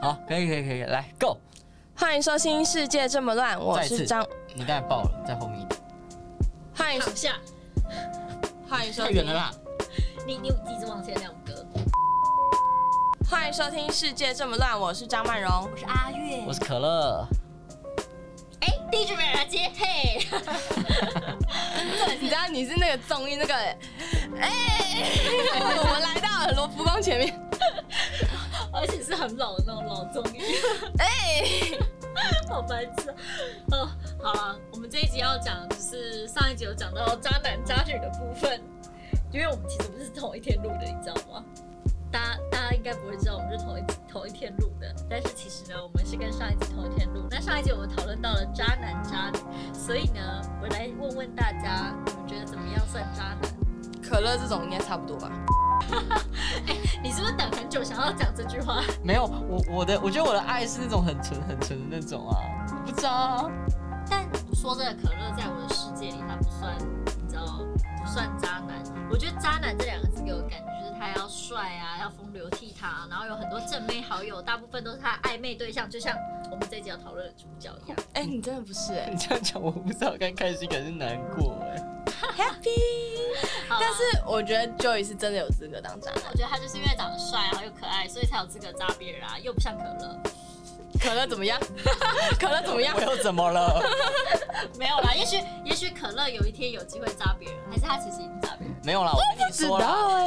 好，可以可以可以，来 go，欢迎收听《世界这么乱》，我再一次是张。你刚才爆了，在后面一点，欢迎躺下，欢迎收太远了听，啦。你你一直往前两格。欢迎收听《世界这么乱》，我是张曼荣。我是阿月我，是可乐，哎、第一句没人来接，嘿，你知道你是那个综艺那个，哎、我们来到罗浮宫前面，而且是很老的那种老中医，哎、好白痴啊。哦，好了，我们这一集要讲就是上一集有讲到渣男渣女的部分，因为我们其实不是同一天录的，你知道吗？大家大家应该不会知道我们是同一同一天录的，但是其实呢，我们是跟上一集同一天录。那上一集我们讨论到了渣男渣女，所以呢，我来问问大家，你们觉得怎么样算渣男？可乐这种应该差不多吧？你是不是等很久想要讲这句话？没有我我的，我觉得我的爱是那种很纯很纯的那种啊， 我不渣啊，但说真的，可乐在我的世界里，他不算，你知道，不算渣男。我觉得渣男这两个字给我感觉就是他要帅啊，要风流倜傥啊，然后有很多正妹好友，大部分都是他暧昧对象，就像我们这一集要讨论的主角一样。哎、你真的不是 哎、你这样讲我不知道该开心还是难过哎、 h a p p y 好啊但是我觉得 Joey 是真的有资格当渣男，我觉得他就是因为长得帅，然后又可爱，所以才有资格渣别人啊，又不像可乐。 可乐怎么样？ 可乐怎么样哎我？又怎么了？ 没有啦，也许也许可乐有一天有机会渣别人，还是他其实已经渣别人。没有啦，我跟你知说啦，道哎、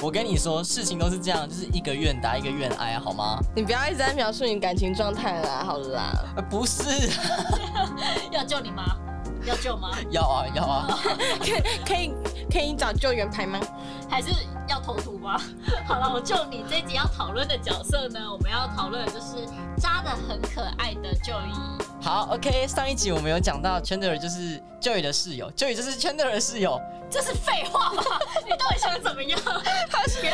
我跟你说，事情都是这样，就是一个愿打一个愿挨，啊好吗？你不要一直在描述你感情状态啦，好了 啦。呃不是， 要救你吗？要救吗？要啊要啊，可以可以可以找救援牌吗？还是要投毒吗？ 好了，我就你这一集要讨论的角色呢，我们要讨论的就是扎的很可爱的就医，好，OK，上一集我们有讲到 Chandler 就是 Joey 的室友，Joey 就是 Chandler 的室友，这是废话吗？ 你到底想怎么样？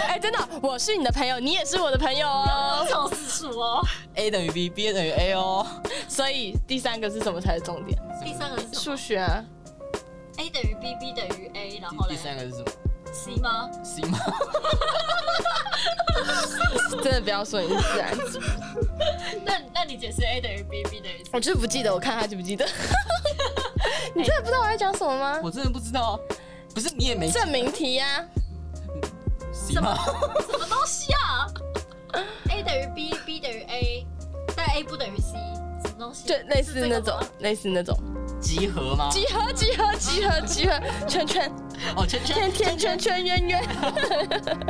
哎、真的，我是你的朋友，你也是我的朋友哦。这种私数哦。 A 等于 B，B 等于 A 哦。所以第三个是什么才是重点？第三个是什么数学啊、 ？A 等于 B，B 等于 A，然后第嘞三个是什么 C 吗？ ？C 吗？真的不要说你是自然组，那那你解释 A 等于 B，B 等于 C？我就是不记得，我看他记不记得。 你真的不知道我在讲什么吗？ 我真的不知道，不是你也没证明题呀、 C 吗？什么东西啊？A 等于 B，B 等于 A，但 A 不等于 C，什么东西？就类似是这那个种吗，类似那种 集合吗？集合、集合、集合、集合，圈圈、哦，圈圈天天、圈圈、圆圆。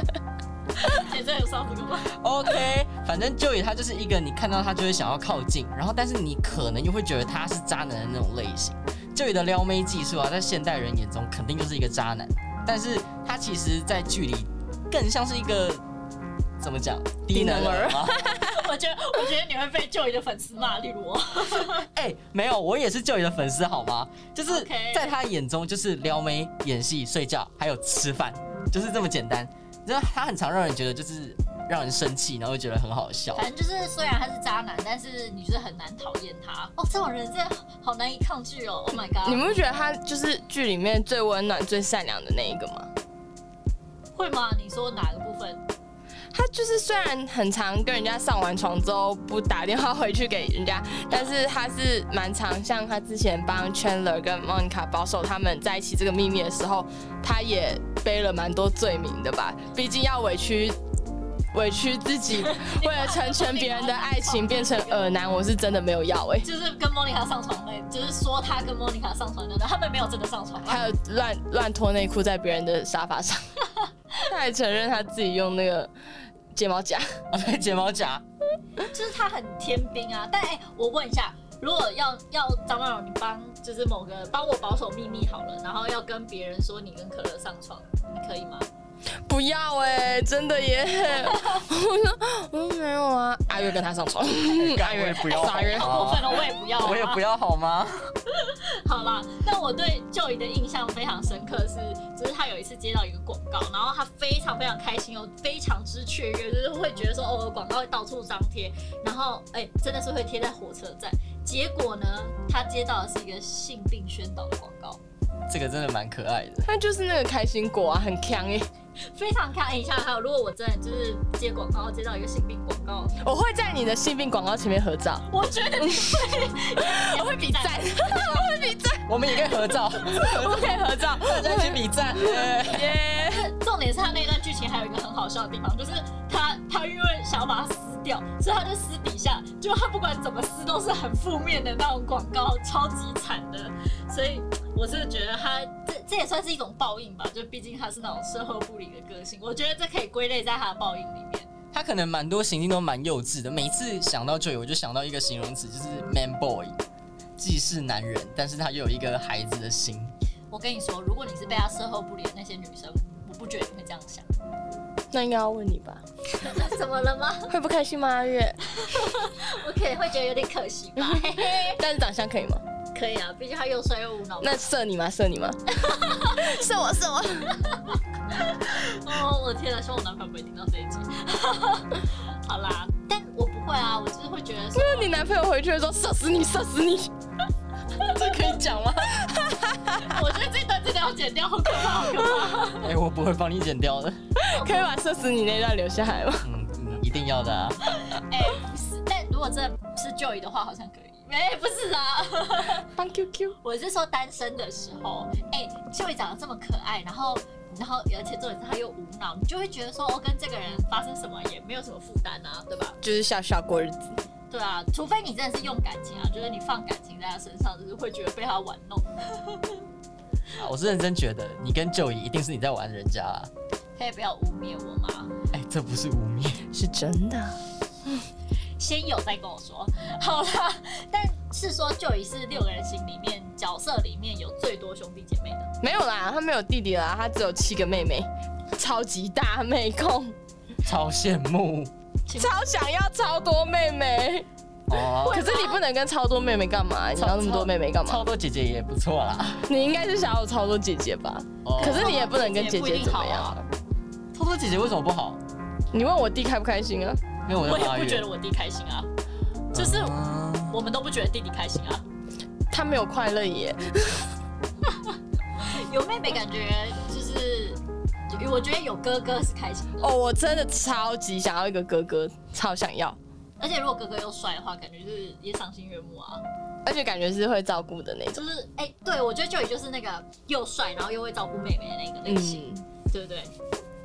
姐这有上这个吗？ OK，反正 Joey 他就是一个你看到他就会想要靠近，然后但是你可能又会觉得他是渣男的那种类型。Joey 的撩妹技术啊，在现代人眼中肯定就是一个渣男，但是他其实在剧里更像是一个怎么讲低能儿吗？我觉得我觉得你会被 Joey 的粉丝骂，例如我。哎、没有，我也是 Joey 的粉丝好吗？就是 OK 在他眼中就是撩妹、演戏、睡觉，还有吃饭，就是这么简单。你知道他很常让人觉得就是让人生气，然后会觉得很好 笑。反正就是，虽然他是渣男，但是你就是很难讨厌他。哦，这种人真的好难以抗拒哦。Oh my 你 god，们不觉得他就是剧里面最温暖、最善良的那一个吗？会吗？你说哪个部分？他就是虽然很常跟人家上完床之后不打电话回去给人家，但是他是蛮常像他之前帮 Chandler 跟 Monica 保守他们在一起这个秘密的时候，他也背了蛮多罪名的吧？毕竟要委屈委屈自己，为了成全别人的爱情变成耳男，我是真的没有要哎、就是跟莫妮卡上床那，就是说他跟莫妮卡上床的，他们没有真的上床啊。还有乱乱脱内裤在别人的沙发上，他还承认他自己用那个睫毛夹。啊，对，睫毛夹，就是他很天兵啊。但哎、我问一下，如果要要张曼荣，你帮就是某个帮我保守秘密好了，然后要跟别人说你跟可乐上床，你可以吗？不要哎、真的耶！我说我说没有啊，阿月跟他上床，阿我也月不要阿月好好过分哦，我也不要、啊，我也不要好吗？好啦，那我对 Joey 的印象非常深刻是，就是他有一次接到一个广告，然后他非常非常开心哦，非常之雀跃，就是会觉得说，哦，广告会到处张贴，然后哎、真的是会贴在火车站。结果呢，他接到的是一个性病宣导的广告，这个真的蛮可爱的。 他就是那个开心果啊，很强耶！非常看。哎、你想想看，如果我真的就是接广告，接到一个性病广告， 我会在在你的性病广告前面合照，我觉得你会，我会比赞，我会比赞，我们也可以合照，我可以合照，大家一起比哎赞。对耶！ 重点是他那段剧情还有一个很好笑的地方，就是他他因为想要把它撕掉，所以他就私底下，就他不管怎么撕都是很负面的那种广告，超级惨的。所以我是觉得他这这也算是一种报应吧，就毕竟他是那种售后不理的个性，我觉得这可以归类在他的报应里面。他可能蛮多行径都蛮幼稚的，每次想到 Joy，我就想到一个形容词，就是 man boy，既是男人，但是他又有一个孩子的心。我跟你说，如果你是被他售后不理的那些女生，我不觉得你会这样想。那应该要问你吧， 怎么了吗？会不开心吗？阿月，我可能会觉得有点可惜吧。 嘿嘿但是长相可以吗？可以啊，毕竟他又帅又无脑。那射你吗？射你吗？ 射我，射我！哦，我天哪！希望我男朋友不会听到这一集。 好啦，但我不会啊，我就是会觉得说，那你男朋友回去的时候射死你，射死你！ 这可以讲吗？ 我觉得这段真的要剪掉，好可怕，好可怕。哎、我不会帮你剪掉的。可以把射死你那段留下来吗？嗯，嗯一定要的啊。 哎、不是，但如果真的是 Joy 的话，好像可以。哎、不是啊， 帮 QQ，我是说单身的时候，哎、j o y 长得这么可爱，然后。然后，而且重点是他又无脑，你就会觉得说，哦，跟这个人发生什么也没有什么负担啊，对吧？就是笑笑过日子。对啊，除非你真的是用感情啊，就是你放感情在他身上，就是会觉得被他玩弄。我是认真觉得，你跟 Joy 一定是你在玩人家啊。可以不要污蔑我吗？哎、这不是污蔑。是真的，先有再跟我说。 好啦，但是说 Joy 是六个人心里面角色里面有最多兄弟姐妹的。没有啦，他没有弟弟啦，他只有七个妹妹，超级大妹 控，超羡慕请超想要超多妹妹。哦，可是你不能跟超多妹妹干嘛？你要那么多妹妹干嘛？超多姐姐也不错啦。你应该是想要有超多姐姐吧？哦可是你也不能跟姐姐怎么样啊。超多姐姐为什么不好？你问我弟开不开心啊？因为我我在八月也不觉得我弟开心啊，就是嗯我们都不觉得弟弟开心啊。他没有快乐耶，有妹妹感觉就是，我觉得有哥哥是开心的，哦，我真的超级想要一个哥哥，超想要，而且如果哥哥又帅的话，感觉就是也赏心悦目啊。而且感觉是会照顾的那种。就是哎、对我觉得 Joy 就是那个又帅，然后又会照顾妹妹的那个类型，嗯，对不对？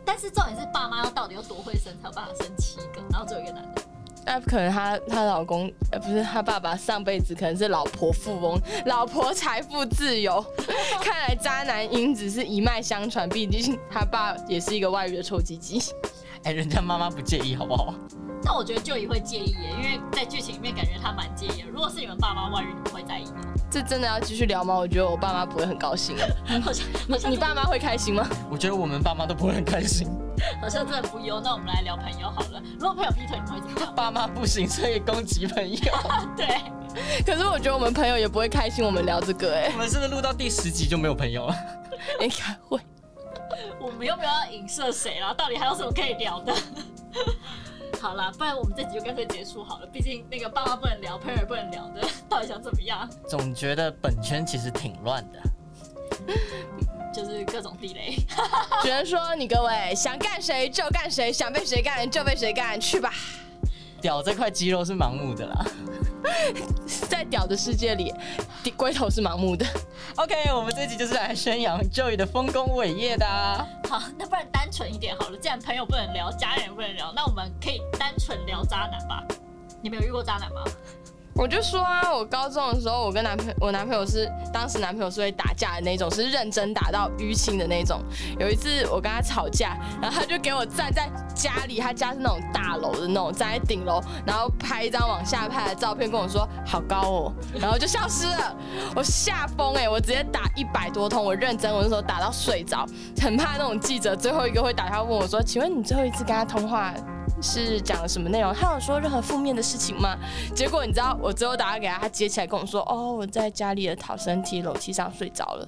但是重点是爸妈要到底有多会生，才有办法生七个，然后只有一个男的。那可能她她老公呃不是她爸爸上辈子可能是老婆富翁，老婆财富自由。 看来渣男因子是一脉相传，毕竟他爸也是一个外遇的臭鸡鸡。哎、人家妈妈不介意好不好？但我觉得 Joy 会介意耶，因为在剧情里面感觉他蛮介意的。如果是你们爸妈外遇，你们会在意吗？这真的要继续聊吗？我觉得我爸妈不会很高兴啊。 好像好像你爸妈会开心吗？ 我觉得我们爸妈都不会很开心，好像真的不优。那我们来聊朋友好了。如果朋友劈腿，你们会怎么样？ 爸妈不行，所以攻击朋友。对，可是我觉得我们朋友也不会开心，我们聊这个哎、 我们是不是录到第十集就没有朋友了？ 应该会。我们又没有要影射谁啦，到底还有什么可以聊的？ 好啦，不然我们这集就干脆结束好了。毕竟那个爸妈不能聊，朋友也不能聊的，到底想怎么样？总觉得本圈其实挺乱的。啊就是各种地雷。只能说你各位想干谁就干谁，想被谁干就被谁干，去吧！屌这块肌肉是盲目的啦。在屌的世界里，龟头是盲目的。 OK，我们这集就是来宣扬 Joy 的丰功伟业的、啊。好，那不然单纯一点好了。既然朋友不能聊，家人也不能聊，那我们可以单纯聊渣男吧？你们有遇过渣男吗？我就说啊，我高中的时候，我跟男朋我男朋友是当时男朋友是会打架的那种，是认真打到淤青的那种。有一次我跟他吵架，然后他就给我站在家里，他家是那种大楼的那种，站在顶楼，然后拍一张往下拍的照片，跟我说好高哦，然后就消失了。我吓疯哎，我直接打一百多通，我认真，我那时候打到睡着，很怕那种记者最后一个会打电话问我说，请问你最后一次跟他通话是讲了什么内容？他有说任何负面的事情吗？结果你知道，我最后打电话给他，他接起来跟我说：“哦，我在家里的逃生梯楼梯上睡着了。”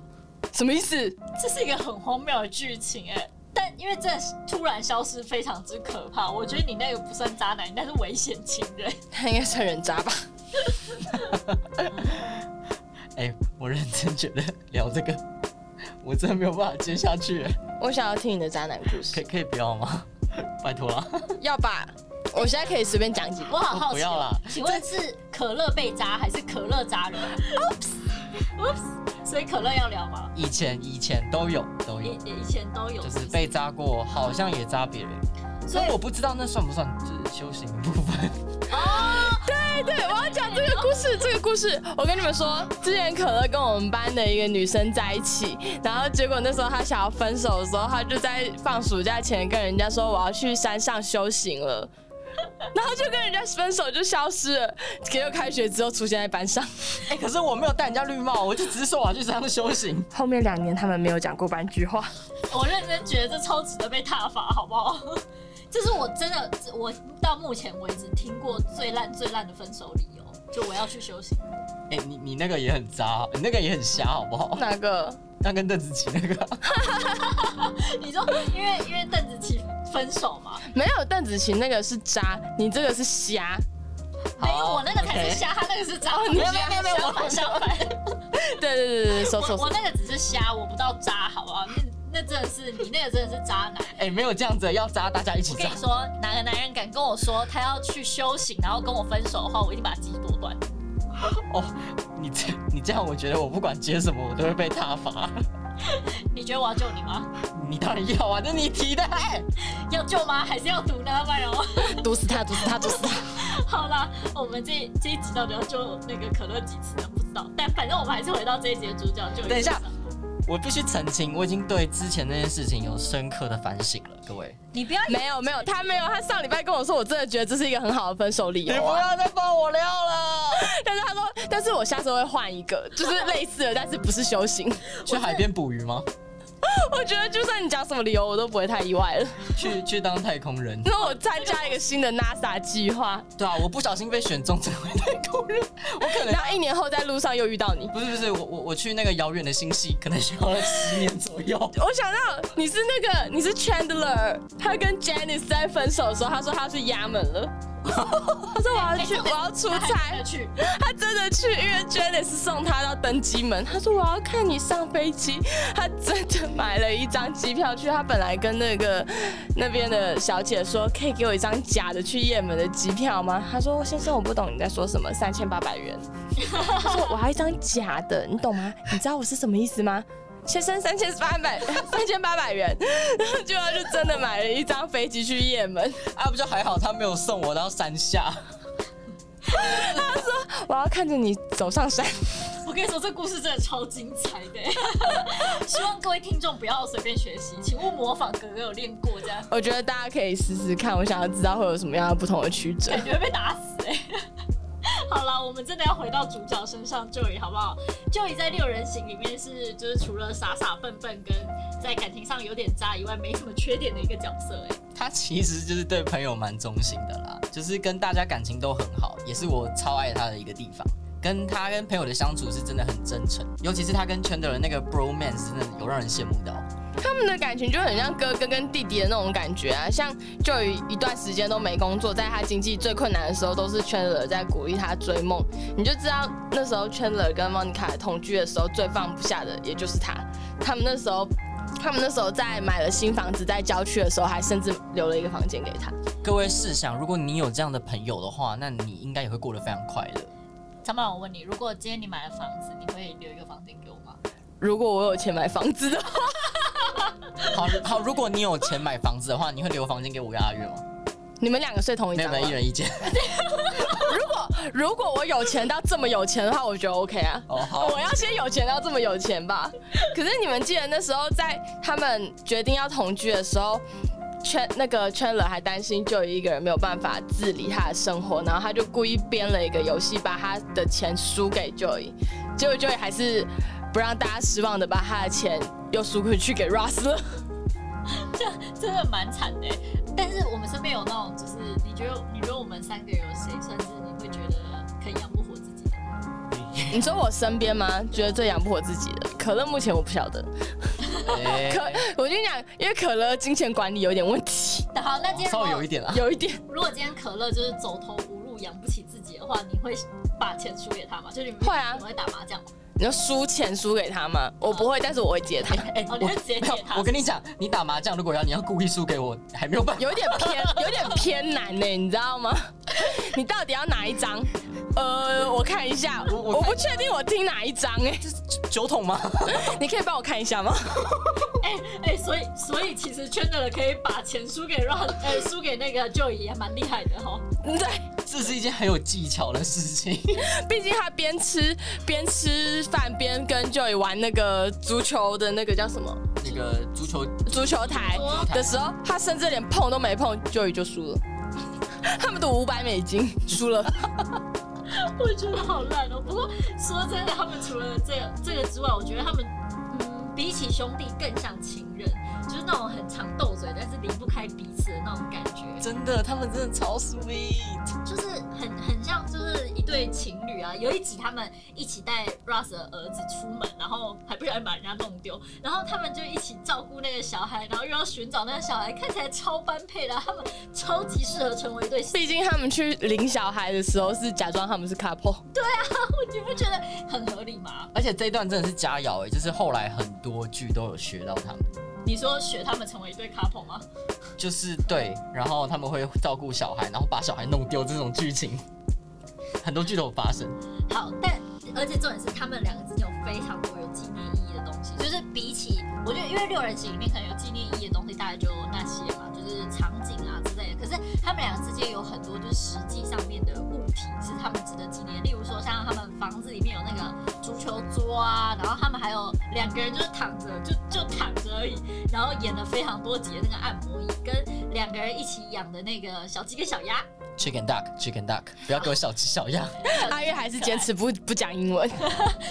什么意思？这是一个很荒谬的剧情哎、但因为这突然消失非常之可怕，我觉得你那个不算渣男，你那是危险情 人。他应该算人渣吧？哎、我认真觉得聊这个，我真的没有办法接下去了，我想要听你的渣男故可以事， 可以不要吗？拜托啦。啊要吧？我现在可以随便讲几个。我好好不奇要哦啦，请问是可乐被扎还是可乐 扎人？Oops，Oops，所以可乐要聊吗？以前以前都有都以有，以前都有，就是被扎过，好像也扎别人，所所以以我不知道那算不算就是修行的部分。哦对对，我要讲这个故事，这个故事，我跟你们说，之前可乐跟我们班的一个女生在一起，然后结果那时候她想要分手的时候，她就在放暑假前跟人家说我要去山上修行了。然后就跟人家分手就消失了，结果开学之后出现在班上。哎、可是我没有戴人家绿帽，我就只是说我要去山上修行。后面两年他们没有讲过半句话。我认真觉得这超值得被踏伐，好不好？ 这是我真的，我到目前为止听过最烂最烂的分手理由，就我要去修行。 哎、你你那个也很渣，你那个也很瞎，好不好？哪个？那跟邓紫棋那个，你说，因为因为邓紫棋分手嘛，没有邓紫棋那个是渣，你这个是瞎。没有好我那个才 OK 是瞎，他那个是渣，你没有没有没有没有，相反相反，对对对对对，说错我说我错。那个只是瞎，我不到渣，好不好？那那真的是你那个真的是渣男。 哎、没有这样子，要扎大家一起我跟扎你。说，哪个男人敢跟我说他要去修行，然后跟我分手的话，我一定把他鸡剁断。你这你这样，我觉得我不管接什么，我都会被踏伐。你觉得我要救你吗？你当然要啊，这你提的、哎要救吗？还是要毒呢？不然我哦毒死他，毒死他，毒死他。 好啦，我们这这一集到底要救那个可乐几次呢？不知道，但反正我们还是回到这一集的主角就等一下我必须澄清，我已经对之前那件事情有深刻的反省了，各位。你不要没有没有，他没有，他上礼拜跟我说，我真的觉得这是一个很好的分手理由啊、要再爆我料了，但是他说，但是我下次会换一个，就是类似的，但是不是修行。去海边捕鱼吗？我觉得就算你讲什么理由，我都不会太意外了。去去当太空人？那我参加一个新的 NASA 计划，对啊，我不小心被选中成为太空人，我可能然后一年后在路上又遇到你。不是不是，我我我去那个遥远的星系，可能需要十年左右。我想到你是那个你是 Chandler，他跟 Janice 在分手的时候，他说他去衙门了， 他说我要去我要出 差，去，他真的去，因为 Janice 送他到登机门，他说我要看你上飞机，他真的买了一张机票去。他本来跟那个那边的小姐说，可以给我一张假的去也门的机票吗？他说先生，我不懂你在说什么，三千八百元。他说我要一张假的，你懂吗？你知道我是什么意思吗？先生三千八百三千八百元，然后就他就真的买了一张飞机去也门。啊，不就还好，他没有送我到山下。我要看着你走上山。我跟你说，这故事真的超精彩的。 希望各位听众不要随便学习，请勿模仿哥哥有练过这样，我觉得大家可以试试看，我想要知道会有什么样的不同的曲折。感觉会被打死哎、 好了，我们真的要回到主角身上，Joy 好不好？Joy 在六人行里面是就是除了傻傻笨笨跟在感情上有点渣以外，没什么缺点的一个角色哎、他其实就是对朋友蛮忠心的啦，就是跟大家感情都很好，也是我超爱他的一个地方。跟他跟朋友的相处是真的很真诚，尤其是他跟圈的人那个 bromance，真的有让人羡慕到。他们的感情就很像哥哥跟弟弟的那种感觉啊，像就有一段时间都没工作，在他经济最困难的时候，都是 Chandler 在鼓励他追梦。你就知道那时候 Chandler 跟 Monica 同居的时候，最放不下的也就是他。他们那时候，他们那时候在买了新房子，在郊区的时候，还甚至留了一个房间给他。各位试想，如果你有这样的朋友的话，那你应该也会过得非常快 乐。张曼，我问你，如果今天你买了房子，你会留一个房间给我吗？如果我有钱买房子的话，好好，如果你有钱买房子的话，你会留房间给我跟阿月吗？你们两个睡同一没张有吗没有，一？人一间。如果我有钱到这么有钱的话，我觉得 OK 啊。 哦， 好我，要先有钱到这么有钱 吧？可是你们记得那时候在他们决定要同居的时候，圈那个圈了还担心就有一个人没有办法自理他的生活，然后他就故意编了一个游戏，把他的钱输给 Joy，结果 Joy 还是不让大家失望的把他的钱又输回去给 Ross 了。真的蛮惨的欸。但是我们身边有那种，就是你觉得你觉得我们三个有谁算是你会觉得可以养不活自己的？ 你说我身边吗？觉得最养不活自己的可乐，目前我不晓得。哎可我跟你讲，因为可乐金钱管理有点问题，好，那今天如稍微有果一点 啦。有一点。如果今天可乐就是走投无路养不起自己的话，你会把钱输给他吗？就你们会啊你们会打麻将吗？你就输钱输给他吗？我不会，但是我会接他，哎、哦，我你就直接没有点，他。 我 跟你讲，你打麻将，如果要你要故意输给我，还没有办法。有一点 偏，有一点偏难呢、你知道吗？ 你到底要哪一张？呃，我看一下，我我我不确定我听哪一张哎、这是酒酒桶吗？ 你可以帮我看一下吗？哎哎、所以所以其实圈的人可以把钱输给 Ron，呃，输给那个 Joey 也蛮厉害的哈。 对，这是一件很有技巧的事情。毕竟他边吃边吃饭边跟 Joy 玩那个足球的那个叫什么 那个足球足球台足球台的时候，他甚至连碰都没碰，Joy 就输了。 他们赌五百美金输了， 我觉得好烂哦。不过说真的，他们除了这个这个之外，我觉得他们嗯，比起兄弟更像情人，就是那种很常斗嘴，但是离不开彼此的那种感觉，真的，他们真的超 sweet。就是很很像就是一对情侣啊。有一集他们一起带 Russ 的儿子出门，然后还不小心把人家弄丢，然后他们就一起照顾那个小孩，然后又要寻找那个小孩，看起来超般配的啊，他们超级适合成为一对 毕竟他们去领小孩的时候是假装他们是 couple，你不觉得很合理吗？而且这一段真的是佳肴哎，就是后来很多剧都有学到他们，你说学他们成为一对 couple 吗？就是对，然后他们会照顾小孩，然后把小孩弄丢这种剧情，很多剧都有发生。好，但而且重点是他们两个之间有非常多有纪念意义的东西，就是比起我觉得，因为六人行里面可能有纪念意义的东西大概就那些嘛，就是场景啊之类的。可是他们两个之间有很多就是实际上面的物体是啊他们值得纪念，例如说像他们房子里面有那个足球桌啊，然后他们还有两个人就是躺着就就躺着而已，然后演了非常多集的那个按摩椅，跟两个人一起养的那个呃小鸡跟小鸭。 Chicken duck, chicken duck，不要给我小鸡小鸭。阿月还是坚持不不讲英文。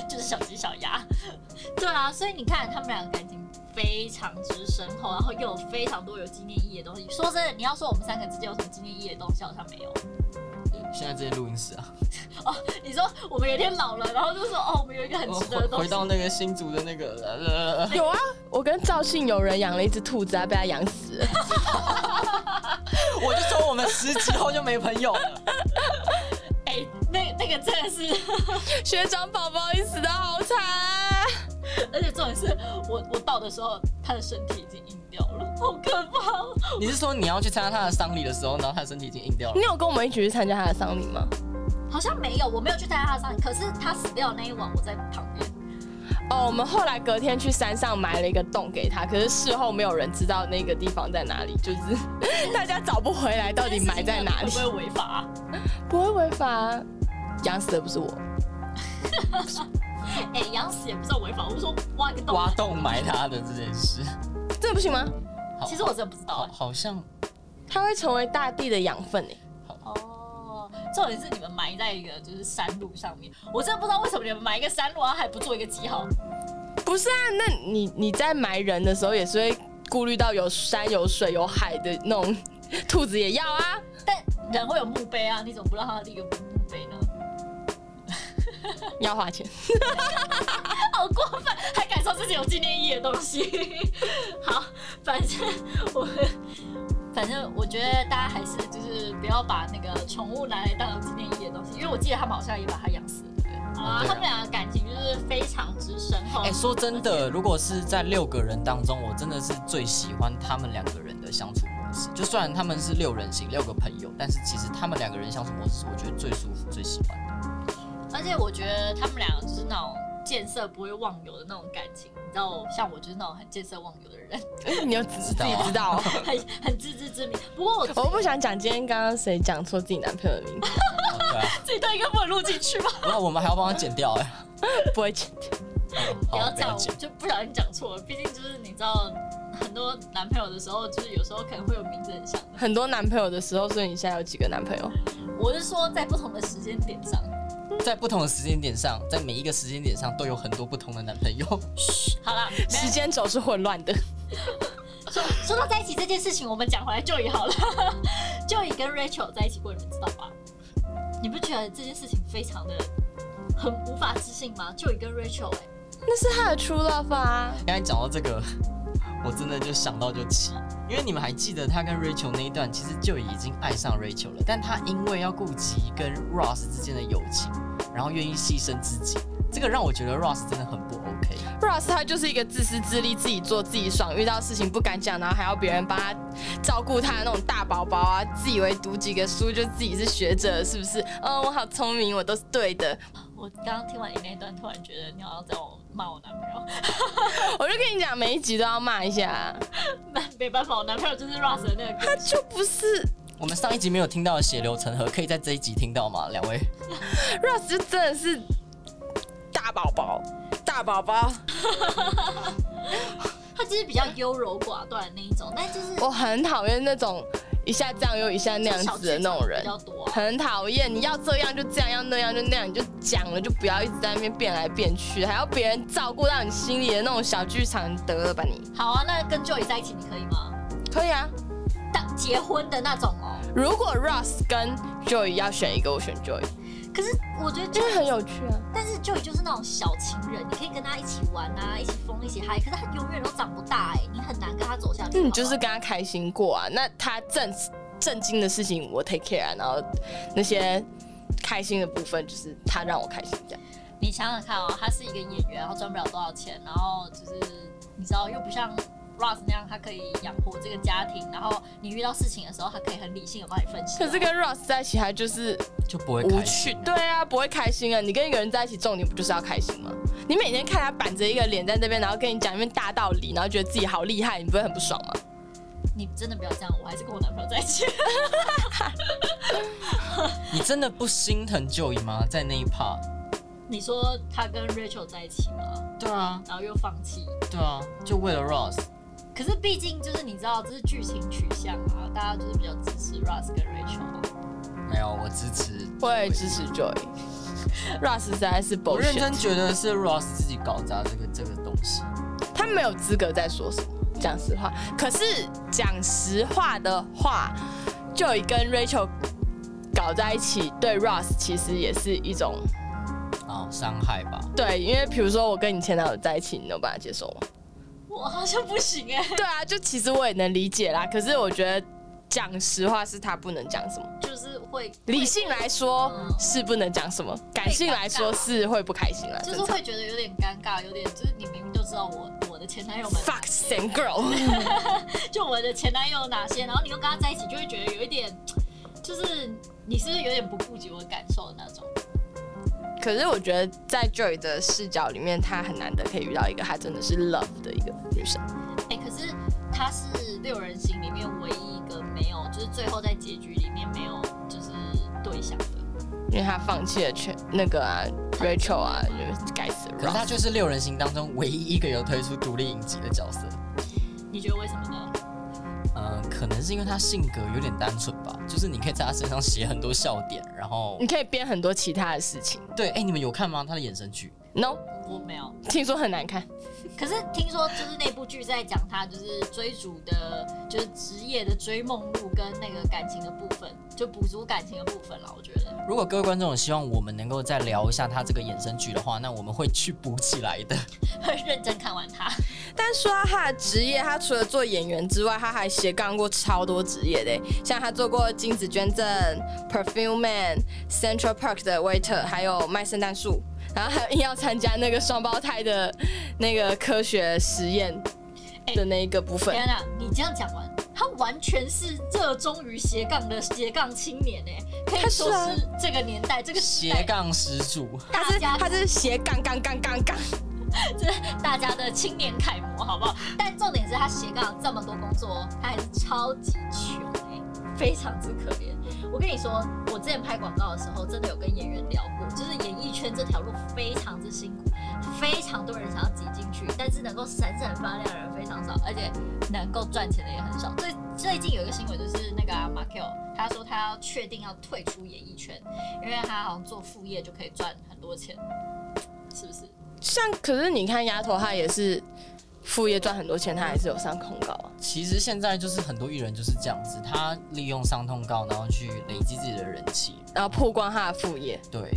就是小鸡小鸭。 对啊，所以你看他们两个感情非常之深厚，然后又有非常多有纪念意义的东西。说真的，你要说我们三个之间有什么纪念意义的东西，好像没有。 现在这些录音室啊，你说我们有一天老了，然后就说哦，我们有一个很我值得回的东哦回西。到那个新竹的那个 呃，呃 有啊，我跟赵信有人养了一只兔子，还被他养死了。我就说我们十集后就没朋友了。 哎、那那个真的是， 学长宝宝也死的好惨啊、而且重点是我我到的时候，他的身体已经硬掉了，好可怕、哦。你是说你要去参加他的丧礼的时候，然后他的身体已经硬掉了 你？有跟我们一起去参加他的丧礼吗？好像没有，我没有去参加他的丧礼，可是他死掉的那一晚，我在旁边。哦，我们后来隔天去山上埋了一个洞给他，可是事后没有人知道那个地方在哪里，就是 大家找不回来到底埋在哪里会。不会违法啊、不会违法啊，养死的不是我。哎、养死也不算违法，我是说挖个洞。挖洞埋他的这件 事，真的不行吗？好其实我真的不知道好，。好像它会成为大地的养分欸诶、哦，重点是你们埋在一个就是山路上面，我真的不知道为什么你们埋一个山路，然后还不做一个记号。不是啊，那你你在埋人的时候也是会顾虑到有山有水有海的那种兔子也要啊。但人会有墓碑啊，你怎么不让他立个墓碑呢？要花 钱。好过分，还敢说自己有纪念意义的东西。 好，反正我，反正我觉得大家还是就是不要把那个宠物拿来当有纪念意义的东西，因为我记得他们好像也把它养死了，对不对？好哦啊，对啊他们俩的感情就是非常之深厚。哎、说真的，如果是在六个人当中，我真的是最喜欢他们两个人的相处模式。就虽然他们是六人行，六个朋友，但是其实他们两个人相处模式是我觉得最舒服、最喜欢的。而且我觉得他们俩就是那种见色不会忘友的那种感情，你知道，像我就是那种很见色忘友的人，哎你要自道啊己知道哦、很很自知之明。不过我 我不想讲今天刚刚谁讲错自己男朋友的名字，哦对啊，这一段应该不能录进去吧？那我们还要帮他剪掉哎、不会剪掉。 不好要不这样，要我剪。就不小心讲错了。毕竟就是你知道，很多男朋友的时候，就是有时候可能会有名字很像的。很多男朋友的时候，所以你现在有几个男朋友？我是说在不同的时间点上。在不同的时间点上，在每一个时间点上都有很多不同的男朋友。嘘，好了，没时间轴是混乱的。说说到在一起这件事情，我们讲回来 Joey 好了。Joey 跟 Rachel 在一起过，你们知道吧？你不觉得这件事情非常的很无法置信吗？Joey 跟 Rachel，哎、 那是他的 true love 啊。刚才讲到这个， 我真的就想到就气，因为你们还记得他跟 Rachel 那一段，其实就已经爱上 Rachel 了，但他因为要顾及跟 Ross 之间的友情，然后愿意牺牲自己，这个让我觉得 Ross 真的很不 OK。 Ross 他就是一个自私自利、自己做自己爽，遇到事情不敢讲，然后还要别人帮他照顾他的那种大宝宝啊，自以为读几个书就自己是学者，是不是？嗯，我好聪明，我都是对的。我刚刚听完你那一段，突然觉得你好像在我骂我男朋友，我就跟你讲，每一集都要骂一下，没 没办法，我男朋友就是 Ross 的那个他就不是我们上一集没有听到的血流成河，可以在这一集听到吗？两位 Ross，就真的是大宝宝，大宝宝，他就是比较优柔寡断的那一种，但就是我很讨厌那种一下这样又一下那样子的那种人比。较多、很讨厌，你要这样就这样，要那样就那样，你就讲了，就不要一直在那边变来变去，还要别人照顾到你心里的那种小剧场，你得了吧你？好啊，那跟 Joy 在一起你可以吗？可以啊，当结婚的那种哦。如果 Ross 跟 Joy 要选一个，我选 Joy，可是我觉得因 Joy，为很有趣啊。但是 Joy 就是那种小情人，你可以跟他一起玩啊，一起疯，一起嗨。可是他永远都长不大哎、你很难跟他走下去。嗯，就是好跟他开心过啊，那他正正经的事情我 take care，、啊、然后那些开心的部分就是他让我开心这样。不好你想想看哦，他是一个演员，然后赚不了多少钱，然后就是你知道又不像 Ross 那样，他可以养活这个家庭，然后你遇到事情的时候，他可以很理性的帮你分析。可是跟 Ross 在一起，他就是就不会无开趣心。，对啊，不会开心啊！你跟一个人在一起，重点不就是要开心吗？你每天看他板着一个脸在那边，然后跟你讲一遍大道理，然后觉得自己好厉害，你不会很不爽吗？你真的不要这样，我还是跟我男朋友在一起。你真的不心疼舅姨吗？在那一 part？你说他跟 Rachel 在一起吗？对啊，然后又放弃。对啊，就为了 Ross。可是毕竟就是你知道，这是剧情取向啊，大家就是比较支持 Russ 跟 Rachel 嘛。没有，我支持。我也支持 Joy。Ross 实在是我认 bullshit，真觉得是 Ross 自己搞砸这个这个东西。他没有资格再说什么。讲实话，可是讲实话的话，Joy 跟 Rachel 搞在一起，对 Ross 其实也是一种哦，伤害吧。对，因为比如说我跟你前男友在一起，你能把它接受吗？我好像不行哎、 对啊，就其实我也能理解啦，可是我觉得讲实话是他不能讲什么，就是会嗯理性来说是不能讲什么，感性来说是会不开心啦。就正是常会觉得有点尴尬，有点就是你明明就知道我我的前男友们 fuck same girl， 就我的前男友有哪些，然后你又跟他在一起，就会觉得有一点，就是你是不是有点不顾及我的感受的那种？可是我觉得在 Joy 的视角里面，他很难得可以遇到一个他真的是 love 的一个女生。哎、可是他是六人行里面唯一一个没有，就是最后在结局里面没有就是对象的。因为他放弃了全那个啊 Rachel 啊，就是该死可是他 Ross，就是六人行当中唯一一个有推出独立影集的角色。你觉得为什么呢？嗯，可能是因为他性格有点单纯吧，就是你可以在他身上写很多笑点，然后你可以编很多其他的事情。对，哎、你们有看吗？他的衍生剧？ No，我没有。听说很难看，可是听说就是那部剧在讲他就是追逐的，就是职业的追梦路跟那个感情的部分，就补足感情的部分了。我觉得 如果各位观众有希望我们能够再聊一下他这个衍生剧的话，那我们会去补起来的。会认真看完它。但说到他的职业，他除了做演员之外，他还斜杠过超多职业的，像他做过精子捐赠、Perfume Man、Central Park 的 waiter，还有卖圣诞树，然后还有硬要参加那个双胞胎的那个科学实验的那一个部分。天呐，啊你这样讲完，他完全是热衷于斜杠的斜杠青年哎、可以说他是啊是这个年代这个时代斜杠始祖，他大是家他是斜杠杠杠杠杠，大家的青年楷模，好不好？但重点是他斜杠这么多工作，他还是超级穷哎、非常之可怜。我跟你说，我之前拍广告的时候，真的有跟演员聊过，就是演艺圈这条路非常之辛苦，非常多人想要挤进去，但是能够闪闪发亮的人非常少，而且能够赚钱的也很少。最最近有一个新闻，就是那个、啊、马 Q，他说他要确定要退出演艺圈，因为他好像做副业就可以赚很多钱，是不是？像可是你看丫头，她也是副业赚很多钱，她还是有上控告啊。其实现在就是很多艺人就是这样子，他利用伤痛告，然后去累积自己的人气。然后曝光她的副业，对，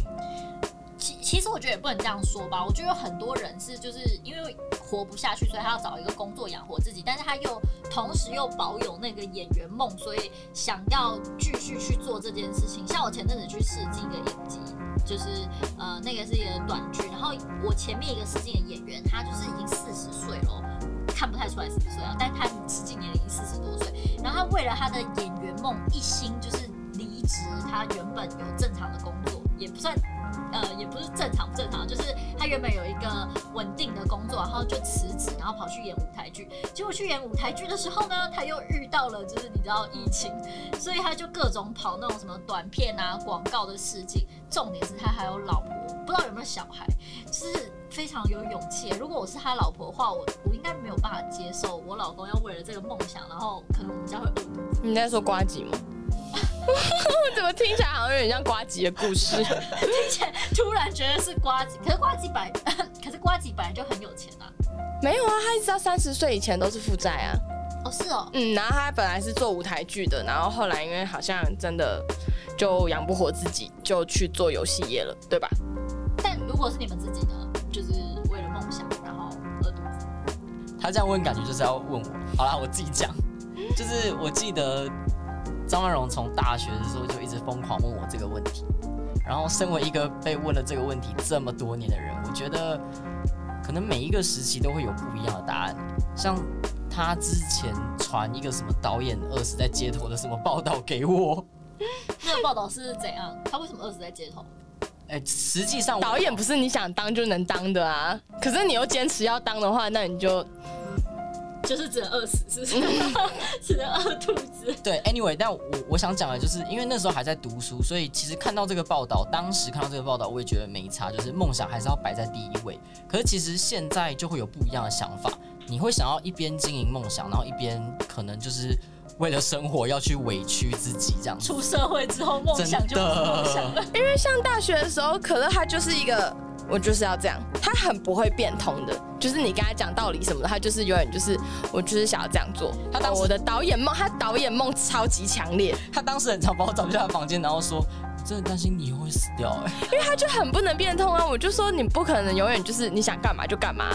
其其实我觉得也不能这样说吧，我觉得有很多人是就是因为活不下去，所以他要找一个工作养活自己，但是他又同时又保有那个演员梦，所以想要继续去做这件事情。像我前阵子去试镜一个影集，就是呃那个是一个短剧，然后我前面一个实境的演员，他就是已经四十岁了，看不太出来四十岁啊，但他实际年龄四十多岁，然后他为了他的演员梦一心就是离职，他原本有正常的工作，也不算。呃，也不是正常不正常，就是他原本有一个稳定的工作，然后就辞职，然后跑去演舞台剧。结果去演舞台剧的时候呢，他又遇到了就是你知道疫情，所以他就各种跑那种什么短片啊、广告的试镜。重点是他还有老婆，不知道有没有小孩，就是非常有勇气。如果我是他老婆的话，我我应该没有办法接受我老公要为了这个梦想，然后可能我们家会饿肚子。你在说瓜吉吗？ 怎么听起来好像有点像瓜吉的故事？听起来突然觉得是瓜子，可是瓜子本来 可是瓜子本来就很有钱啊。 没有啊，他一直到三十岁以前都是负债啊。哦，是哦，嗯，然后他本来是做舞台剧的，然后后来因为好像真的就养不活自己，就去做游戏业了，对吧？但如果是你们自己呢，就是为了梦想，然后饿肚子，他这样问，感觉就是要问我。好啦，我自己讲， 就是我记得张曼荣从大学的时候就一直疯狂问我这个问题，然后身为一个被问了这个问题这么多年的人，我觉得可能每一个时期都会有不一样的答案。像他之前传一个什么导演饿死在街头的什么报道给我，那个报道是怎样？他为什么饿死在街头？哎、实际上我导演不是你想当就能当的啊，可是你又坚持要当的话，那你就就是只能饿死，是不 是？只能饿肚子。对，anyway，但我我想讲的就是，因为那时候还在读书，所以其实看到这个报道，当时看到这个报道，我也觉得没差，就是梦想还是要摆在第一位。可是其实现在就会有不一样的想法，你会想要一边经营梦想，然后一边可能就是为了生活要去委屈自己这样子。出社会之后，梦想就真不的是梦想了。因为上大学的时候，可乐他就是一个，我就是要这样，他很不会变通的，就是你跟他讲道理什么的，他就是永远就是我就是想要这样做。他当时我的导演梦，他导演梦超级强烈，他当时很常把我找去他的房间，然后说：“我真的担心你以后会死掉、哎，他就很不能变通啊！我就说你不可能永远就是你想干嘛就干嘛，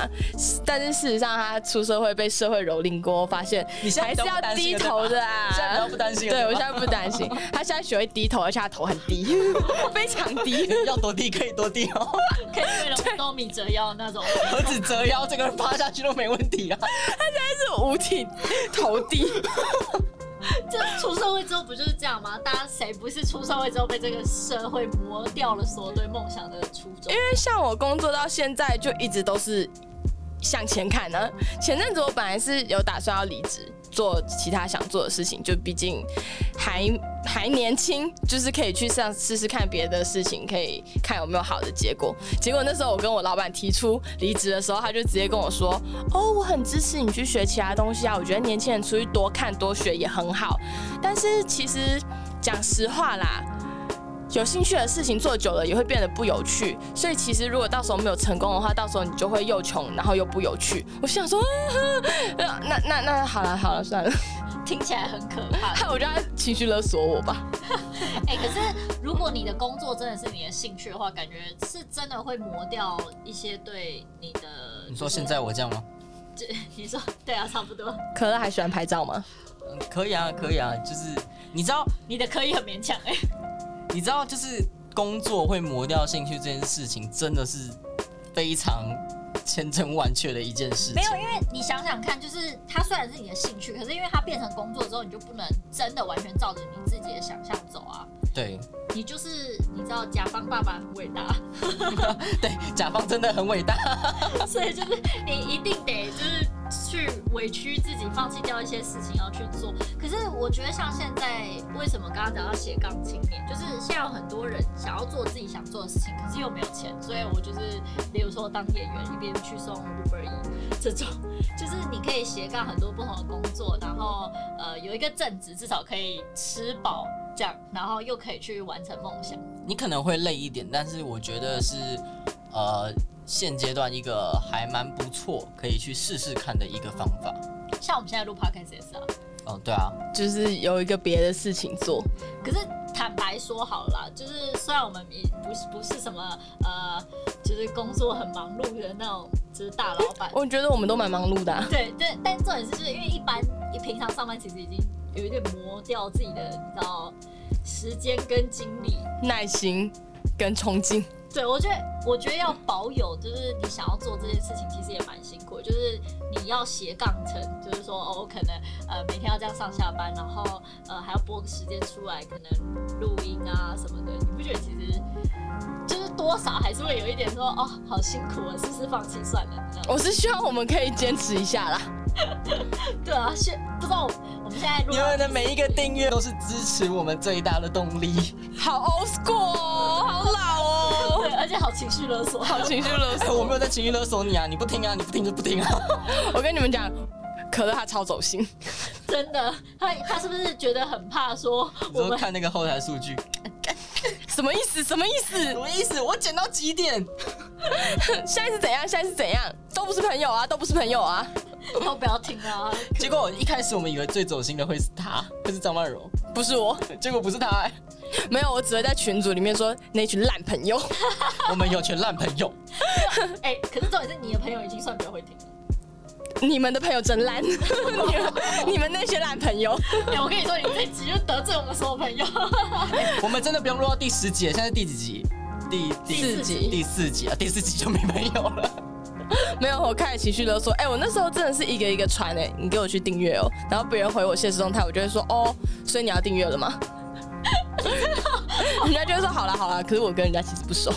但是事实上他出社会被社会蹂躏过，发现你现在还是比哎较不要担心低了头的现在比啊较。不担心了。”对，我现在不担心，他现在学会低头，而且他头很低， 非常低。 要多低可以多低哦，可以为了五斗米折腰那种。何止折腰，这个人趴下去都没问题啊。是五体投地，这出社会之后不就是这样吗？大家谁不是出社会之后被这个社会磨掉了所有对梦想的初衷？因为像我工作到现在就一直都是向前看呢、前阵子我本来是有打算要离职，做其他想做的事情，就毕竟还还年轻，就是可以去上试试看别的事情，可以看有没有好的结果。结果那时候我跟我老板提出离职的时候，他就直接跟我说：“哦，我很支持你去学其他东西啊，我觉得年轻人出去多看多学也很好。”但是其实讲实话啦，有兴趣的事情做久了也会变得不有趣，所以其实如果到时候没有成功的话，到时候你就会又穷，然后又不有趣。我想说， 啊、那那那好了好了算了， 听起来很可怕。害我就要情绪勒索我吧。哎、可是如果你的工作真的是你的兴趣的话，感觉是真的会磨掉一些对你的。你说就是现在我这样吗？就 你说对啊，差不多。可乐还喜欢拍照吗？嗯，可以啊，可以啊，就是你知道，你的可以很勉强哎、你知道，就是工作会磨掉兴趣这件事情，真的是非常千真万确的一件事情。没有，因为你想想看，就是它虽然是你的兴趣，可是因为它变成工作之后，你就不能真的完全照着你自己的想象走啊。对 你就是你知道，甲方爸爸很伟大，对，甲方真的很伟大。 所以就是你一定得就是去委屈自己，放弃掉一些事情要去做。可是我觉得像现在，为什么刚刚讲到斜杠青年，就是现在有很多人想要做自己想做的事情，可是又没有钱，所以我就是，比如说当演员一边去送 Uber E 这种，就是你可以斜杠很多不同的工作，然后呃有一个正职，至少可以吃饱这样，然后又可以去完成梦想。你可能会累一点，但是我觉得是呃现阶段一个还蛮不错，可以去试试看的一个方法。像我们现在录 podcast 也是啊，嗯，对啊，就是有一个别的事情做，可是坦白说好了啦，就是虽然我们也不是不是什么呃，就是工作很忙碌的那种，就是大老板，我觉得我们都蛮忙碌的、啊。对对，但重点是就是因为一般你平常上班其实已经有一点磨掉自己的，你知道时间跟精力，耐心，跟冲劲。对，我觉得我觉得要保有，就是你想要做这件事情，其实也蛮辛苦的。就是你要斜杠成，就是说哦，我可能呃每天要这样上下班，然后呃还要拨个时间出来，可能录音啊什么的。你不觉得其实就是多少还是会有一点说哦好辛苦啊，是不是放弃算了？这样我是希望我们可以坚持一下啦。对啊，现不知道我们我们现在录你到们的第每一个订阅都是支持我们最大的动力。 好 old school，哦，好老哦， 对，而且好情绪勒索，好情绪勒哎，索。我没有在情绪勒索你啊，你不听啊，你不听就不听啊。我跟你们讲，可乐他超走心，真的，他他是不是觉得很怕说你我说们看那个后台数据，什么意思？什么意什思？么意思？我减到几点？ 现在是怎样？现在是怎样？都不是朋友啊，都不是朋友啊。以后不要听 啊？结果一开始我们以为最走心的会是他，会是张曼柔，不是我，结果不是他、哎没有，我只会在群组里面说那群烂朋友。 我们有群烂朋友，哎、可是重点是你的朋友已经算比较会听了。你们的朋友真烂， 你们你们那些烂朋友，哎、我跟你说，你这集就得罪我们所有朋 友。我们真的不用录到第十集了，现在是第几集？第第四集第四集啊，第四集就没朋友了。没有，我开始情绪勒索。哎、我那时候真的是一个一个传哎、你给我去订阅哦。然后别人回我现实动态，我就会说哦，所以你要订阅了吗？ 人家就会说好了好了，可是我跟人家其实不熟。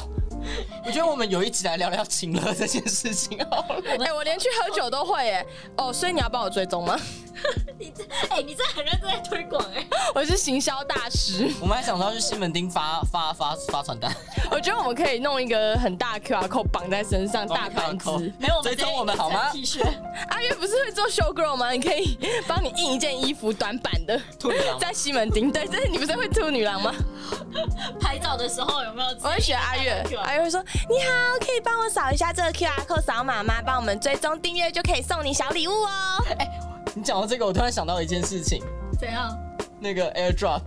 我觉得我们有一集来聊聊情乐这件事情好了。哎、我连去喝酒都会哎、哦，所以你要帮我追踪吗？ 你这，哎、你这很认真在推广哎、我是行销大师，我们还想到去西门町发发发发传单， 我觉得我们可以弄一个很大的 QR code 绑在身上，大盘子。哦没有，我们追直接踪我们好吗一层 T 恤，阿月不是会做 show girl 吗？你可以帮你印一件衣服短版的，兔女郎在西门町。对，但是你不是会兔女 郎吗？拍照的时候有没有？我会学阿月，阿哎，月会说：“你好，可以帮我扫一下这个 QR code 扫码吗？帮我们追踪订阅就可以送你小礼物 哦。你讲到这个，我突然想到一件事情，怎样？哦那个 AirDrop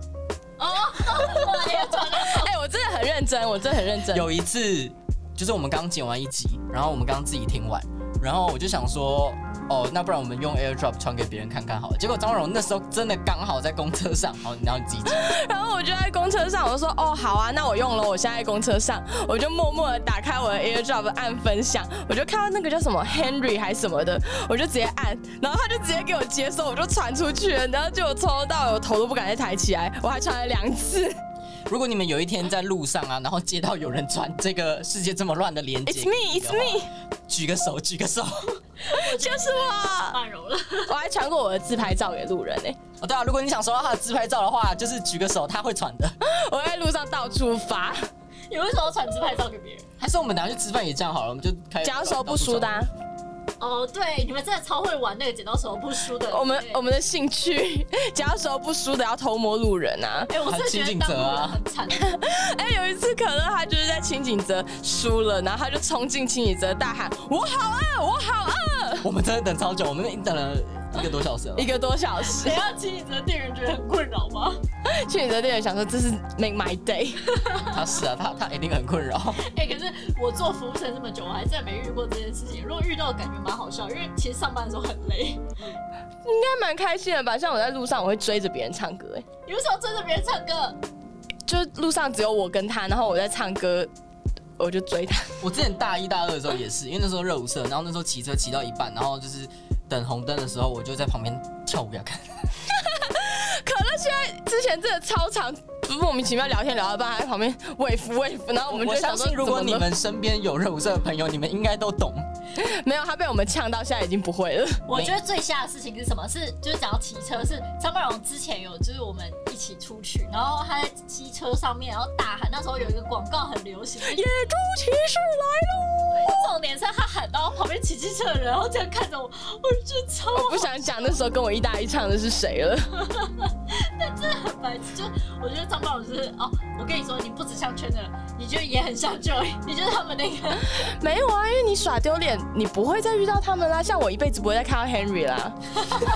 哎呀，转了。”哎，我真的很认真，我真的很认真。有一次，就是我们刚剪完一集，然后我们刚自己听完，然后我就想说，哦，那不然我们用 AirDrop 传给别人看看好了。结果张荣那时候真的刚好在公车上， 好，然后你自己讲， 然后我就在公车上，我就说：“哦，好啊，那我用了。”我现在在公车上，我就默默的打开我的 AirDrop 按分享，我就看到那个叫什么 Henry 还是什么的，我就直接按，然后他就直接给我接收，我就传出去了。然后结果从头到尾我头都不敢再抬起来，我还传了两次。 如果你们有一天在路上啊，然后接到有人传这个世界这么乱的连接 It's me, it's me，举个手，举个手。就是我。慢柔了，我还传过我的自拍照给路人呢、哦，对啊，如果你想收到他的自拍照的话，就是举个手，他会传的。 我在路上到处发，你为什么要传自拍照给别人？还是我们等下去吃饭也这样好了，我们就开。只要手不输的、啊，哦，对，你们真的超会玩那个剪刀石头布输的。我们对我们的兴趣， 只要手不输的要偷摸路人啊。哎、我是觉得当路人很惨。哎、有一次可乐他就是在清景泽输了，然后他就冲进清景泽大喊“我好饿，我好饿我们真的等超久，我们等了一个多小时 了”，一。个多小时 等。一下清你的店员觉得很困扰吗？清景泽店员想说这是 make my day，他是啊，他他一定很困扰。哎、可是我做服务生这么久，我还真的没遇过这件事情。如果遇到，感觉蛮好笑，因为其实上班的时候很累。应该蛮开心的吧？像我在路上我会追着别人唱歌、哎，你为什么追着别人唱歌？就是路上只有我跟他，然后我在唱歌，我就追他。我之前大一大二的时候也是，因为那时候热舞社，然后那时候骑车骑到一半，然后就是等红灯的时候，我就在旁边跳舞给他看。可乐现在之前真的超常，就是莫名其妙聊天聊到一半，还在旁边喂服喂服，然后我们就我想相说信，如果怎你么了们身边有热舞社的朋友，你们应该都懂。没有他被我们呛到，现在已经不会了。 我觉得最吓的事情是什么？是就是讲到骑车，是张曼荣之前有就是我们一起出去，然后他在机车上面，然后大喊。那时候有一个广告很流行，野猪骑士来喽！重点是他喊到旁边骑机车的人，然后这样看着我，我觉得超我不想讲那时候跟我一搭一唱的是谁了。很白痴。就我觉得张曼荣就是哦，我跟你说，你不止像圈的人，你就也很像 Joy，你就是他们那个。没有啊，因为你耍丢脸，你不会再遇到他们啦。像我一辈子不会再看到 Henry 啦。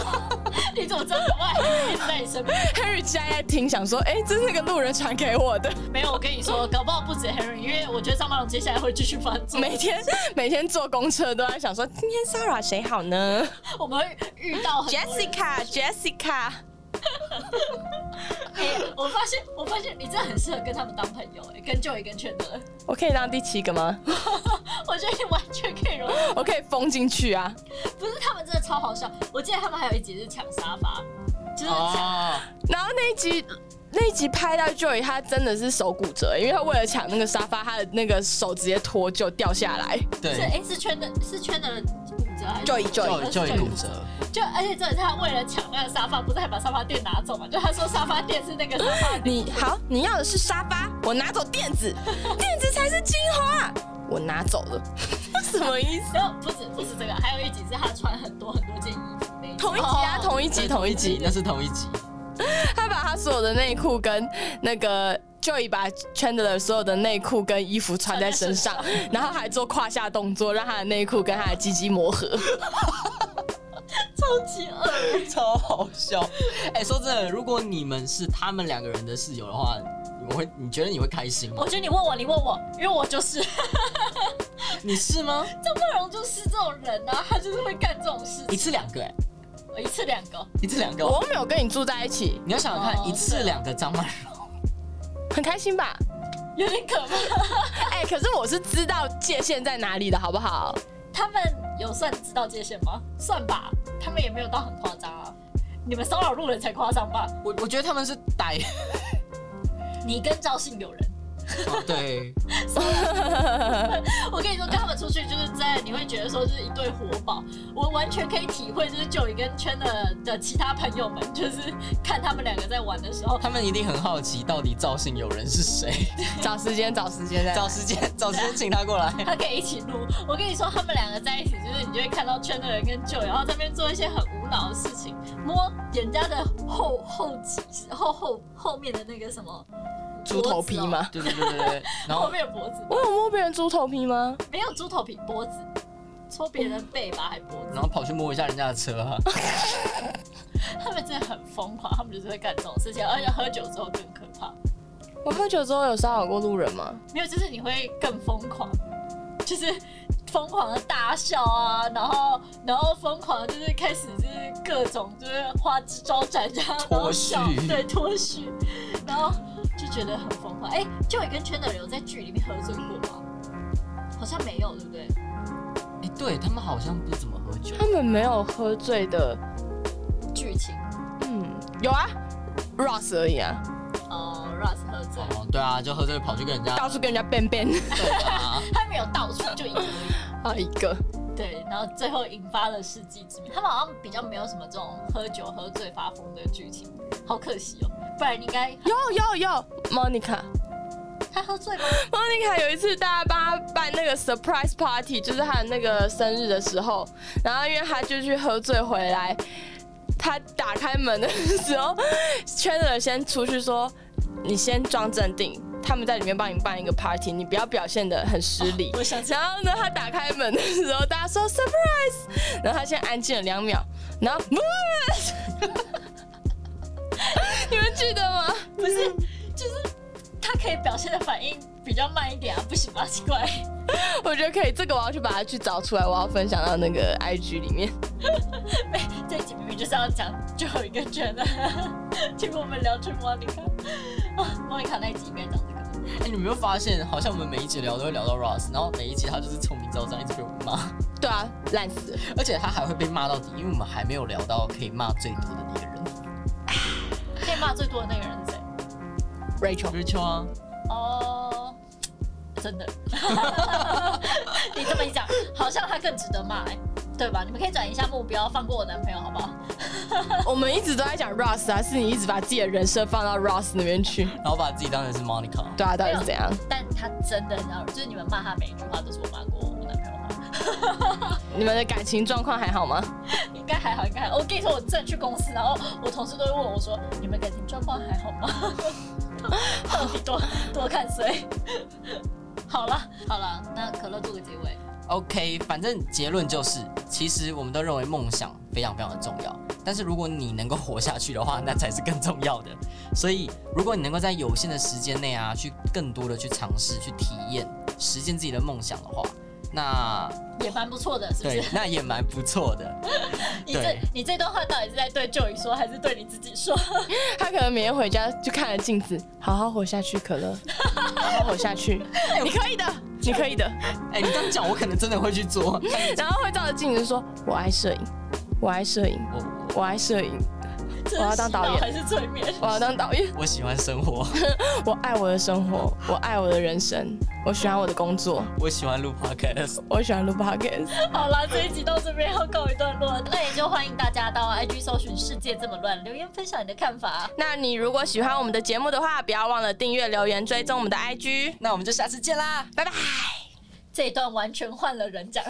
你怎么知道我爱一直在你身边？ Henry 现在在听，想说，哎、这是那个路人传给我的。 没有，我跟你说，搞不好不止 Henry，因为我觉得张曼荣接下来会继续发作。每天每天坐公车都在想说，今天 Sarah 谁好呢我们会遇到很多人？Jessica，Jessica，哎、我发现，我发现你真的很适合跟他们当朋友、哎，跟 Joy 跟圈的，我可以当第七个吗？ 我觉得你完全可以融入。我可以封进去啊！不是他们真的超好笑，我记得他们还有一集是抢沙发，就是抢，哦，然后那一集。那一集拍到 Joy，他真的是手骨折，因为他为了抢那个沙发，他的那个手直接脱臼掉下来。是对哎、是圈的，是圈的骨折还是 Joy- Joy- 就一骨折，就而且这里他为了抢那个沙发，不是还把沙发垫拿走嘛？就他说沙发 垫是那个沙发垫，你好，你要的是沙发，我拿走垫子， 垫子才是精华，我拿走了， 什么意思？然后不止不止这个，还有一集是他穿很多很多件衣服那一集，同一集啊，哦同一集，同一集，那是同一集，他把他所有的内裤跟那个 Joey 把 Chandler 所有的内裤跟衣服穿在身上，然后还做胯下动作，让他的内裤跟他的鸡鸡磨合。超级恶。超好笑。哎、说真的，如果你们是他们两个人的室友的话，你们会你觉得你会开心吗我？觉得你问我，你问我，因为我就是 你是吗？郑不容就是这种人啊，他就是会干这种事一情，次两个哎、我一次两个，一次两个哦、我又没有跟你住在一起，你要想想看，哦一次两个张曼荣，很开心吧？有点可怕。哎、可是我是知道界限在哪里的，好不好？他们有算知道界限吗？算吧，他们也没有到很夸张啊。你们骚扰路人才夸张吧？我我觉得他们是歹，你跟赵姓有人，哦对，我跟你说，跟他们出去就是真的，你会觉得说是一对活宝。我完全可以体会，就是九一跟圈的的其他朋友们，就是看他们两个在玩的时候，他们一定很好奇到底赵姓友人是谁。 找时间，找时间再来找时间，找时间请他 过来。 他可以一起录。我跟你说，他们两个在一起，就是你就会看到圈的人跟舅，然后在那边做一些很无脑的事情，摸人家的后后脊、后后后面的那个什么猪头皮脖子哦？吗？对对对对 对，然后后面的脖子我有摸别人猪头皮吗？没有猪头皮，脖子戳别人背吧，还脖子然。后跑去摸一下人家的车啊，他们真的很疯狂，他们就是会干这种事情，而且喝酒之后更可怕。我喝酒之后有骚扰过路人吗？没有，就是你会更疯狂，就是疯狂的大笑啊，然后然后疯狂地就是开始就是各种就是花枝招展这样，然后脱序笑对脱序，然后就觉得很疯狂。哎、就也跟圈的人有在剧里面喝醉过吗？好像没有，对不对？ 哎，对他们好像不怎么喝酒。他们没有喝醉的，剧情嗯，有啊，Ross 而已啊，哦、r u s 喝醉，哦，对啊，就喝醉跑去跟人 家到处跟人家变变，对啊，他没有到处就一个而已 啊一个，对，然后最后引发了世纪之谜。他们好像比较没有什么这种喝酒喝醉发疯的剧情，好可惜哦。不然应该有有有，Monica。他喝醉吗？ Monica 有一次大家帮她办那个 surprise party，就是她的那个生日的时候，然后因为她就去喝醉回来，她打开门的时候，Chandler 先出去说：“你先装镇定，他们在里面帮你办一个 party，你不要表现的很失礼。我想起来然后呢，她打开门的时候，大家说 surprise，然后她先安静了两秒，然后 你们记得吗？不是，就是他可以表现的反应比较慢一点啊，不行吗？奇怪， 我觉得可以，这个我要去把它去找出来，我要分享到那个 IG 里面。这一集明明就是要讲最后一个圈的， 结果我们聊成莫妮卡 啊，莫妮卡那一集应该讲这个。哎，你有没有发现，好像我们每一集聊都会聊到 Ross，然后每一集他就是臭名昭彰，一直被我们骂， 对啊，烂死了。而且他还会被骂到底，因为我们还没有聊到可以骂最多的那个人可以骂最多的那个人是谁？ Rachel， ，Rachel 啊，哦、真的， 你这么一讲，好像他更值得骂、欸，对吧？你们可以转移一下目标，放过我男朋友好不好？我们一直都在讲 Ross 啊，是你一直把自己的人设放到 Ross 那边去。然后把自己当成是 Monica，对啊，到底是怎样？但他真的很好，就是你们骂他每一句话都是我骂过我男朋友吗？你们的感情状况还好吗？应该还好，应该还好。我跟你说，我真的去公司，然后我同事都会问我说：“你们感情状况还好吗？” 到底多多看谁？好了好了，那可乐做个结尾。 OK，反正结论就是，其实我们都认为梦想非常非常的重要，但是如果你能够活下去的话，那才是更重要的。 所以，如果你能够在有限的时间内啊，去更多的去尝试、去体验、实践自己的梦想的话，那也蛮不错的，是不对 是？，那也蛮不错的。 你这对你这段话到底是在对 Joey 说，还是对你自己说？他可能每天回家就看着镜子，好好活下去，可乐，好好活下去，你可以的，你可以的。哎、你这样讲，我可能真的会去做。 然后会照着镜子说：“我爱摄影，我爱摄影，我我爱摄影，这是我要当洗脑导演还是催眠？我要当导演，我喜欢生活， 我爱我的生活，我爱我的人生，我喜欢我的工作，我喜欢录 podcast。我喜欢录 podcast。”好啦，这一集到这边要告一段落，那也就欢迎大家到 IG 搜寻“世界这么乱”，留言分享你的看法。那你如果喜欢我们的节目的话，不要忘了订阅、留言、追踪我们的 IG。那我们就下次见啦。拜拜。这一段完全换了人讲。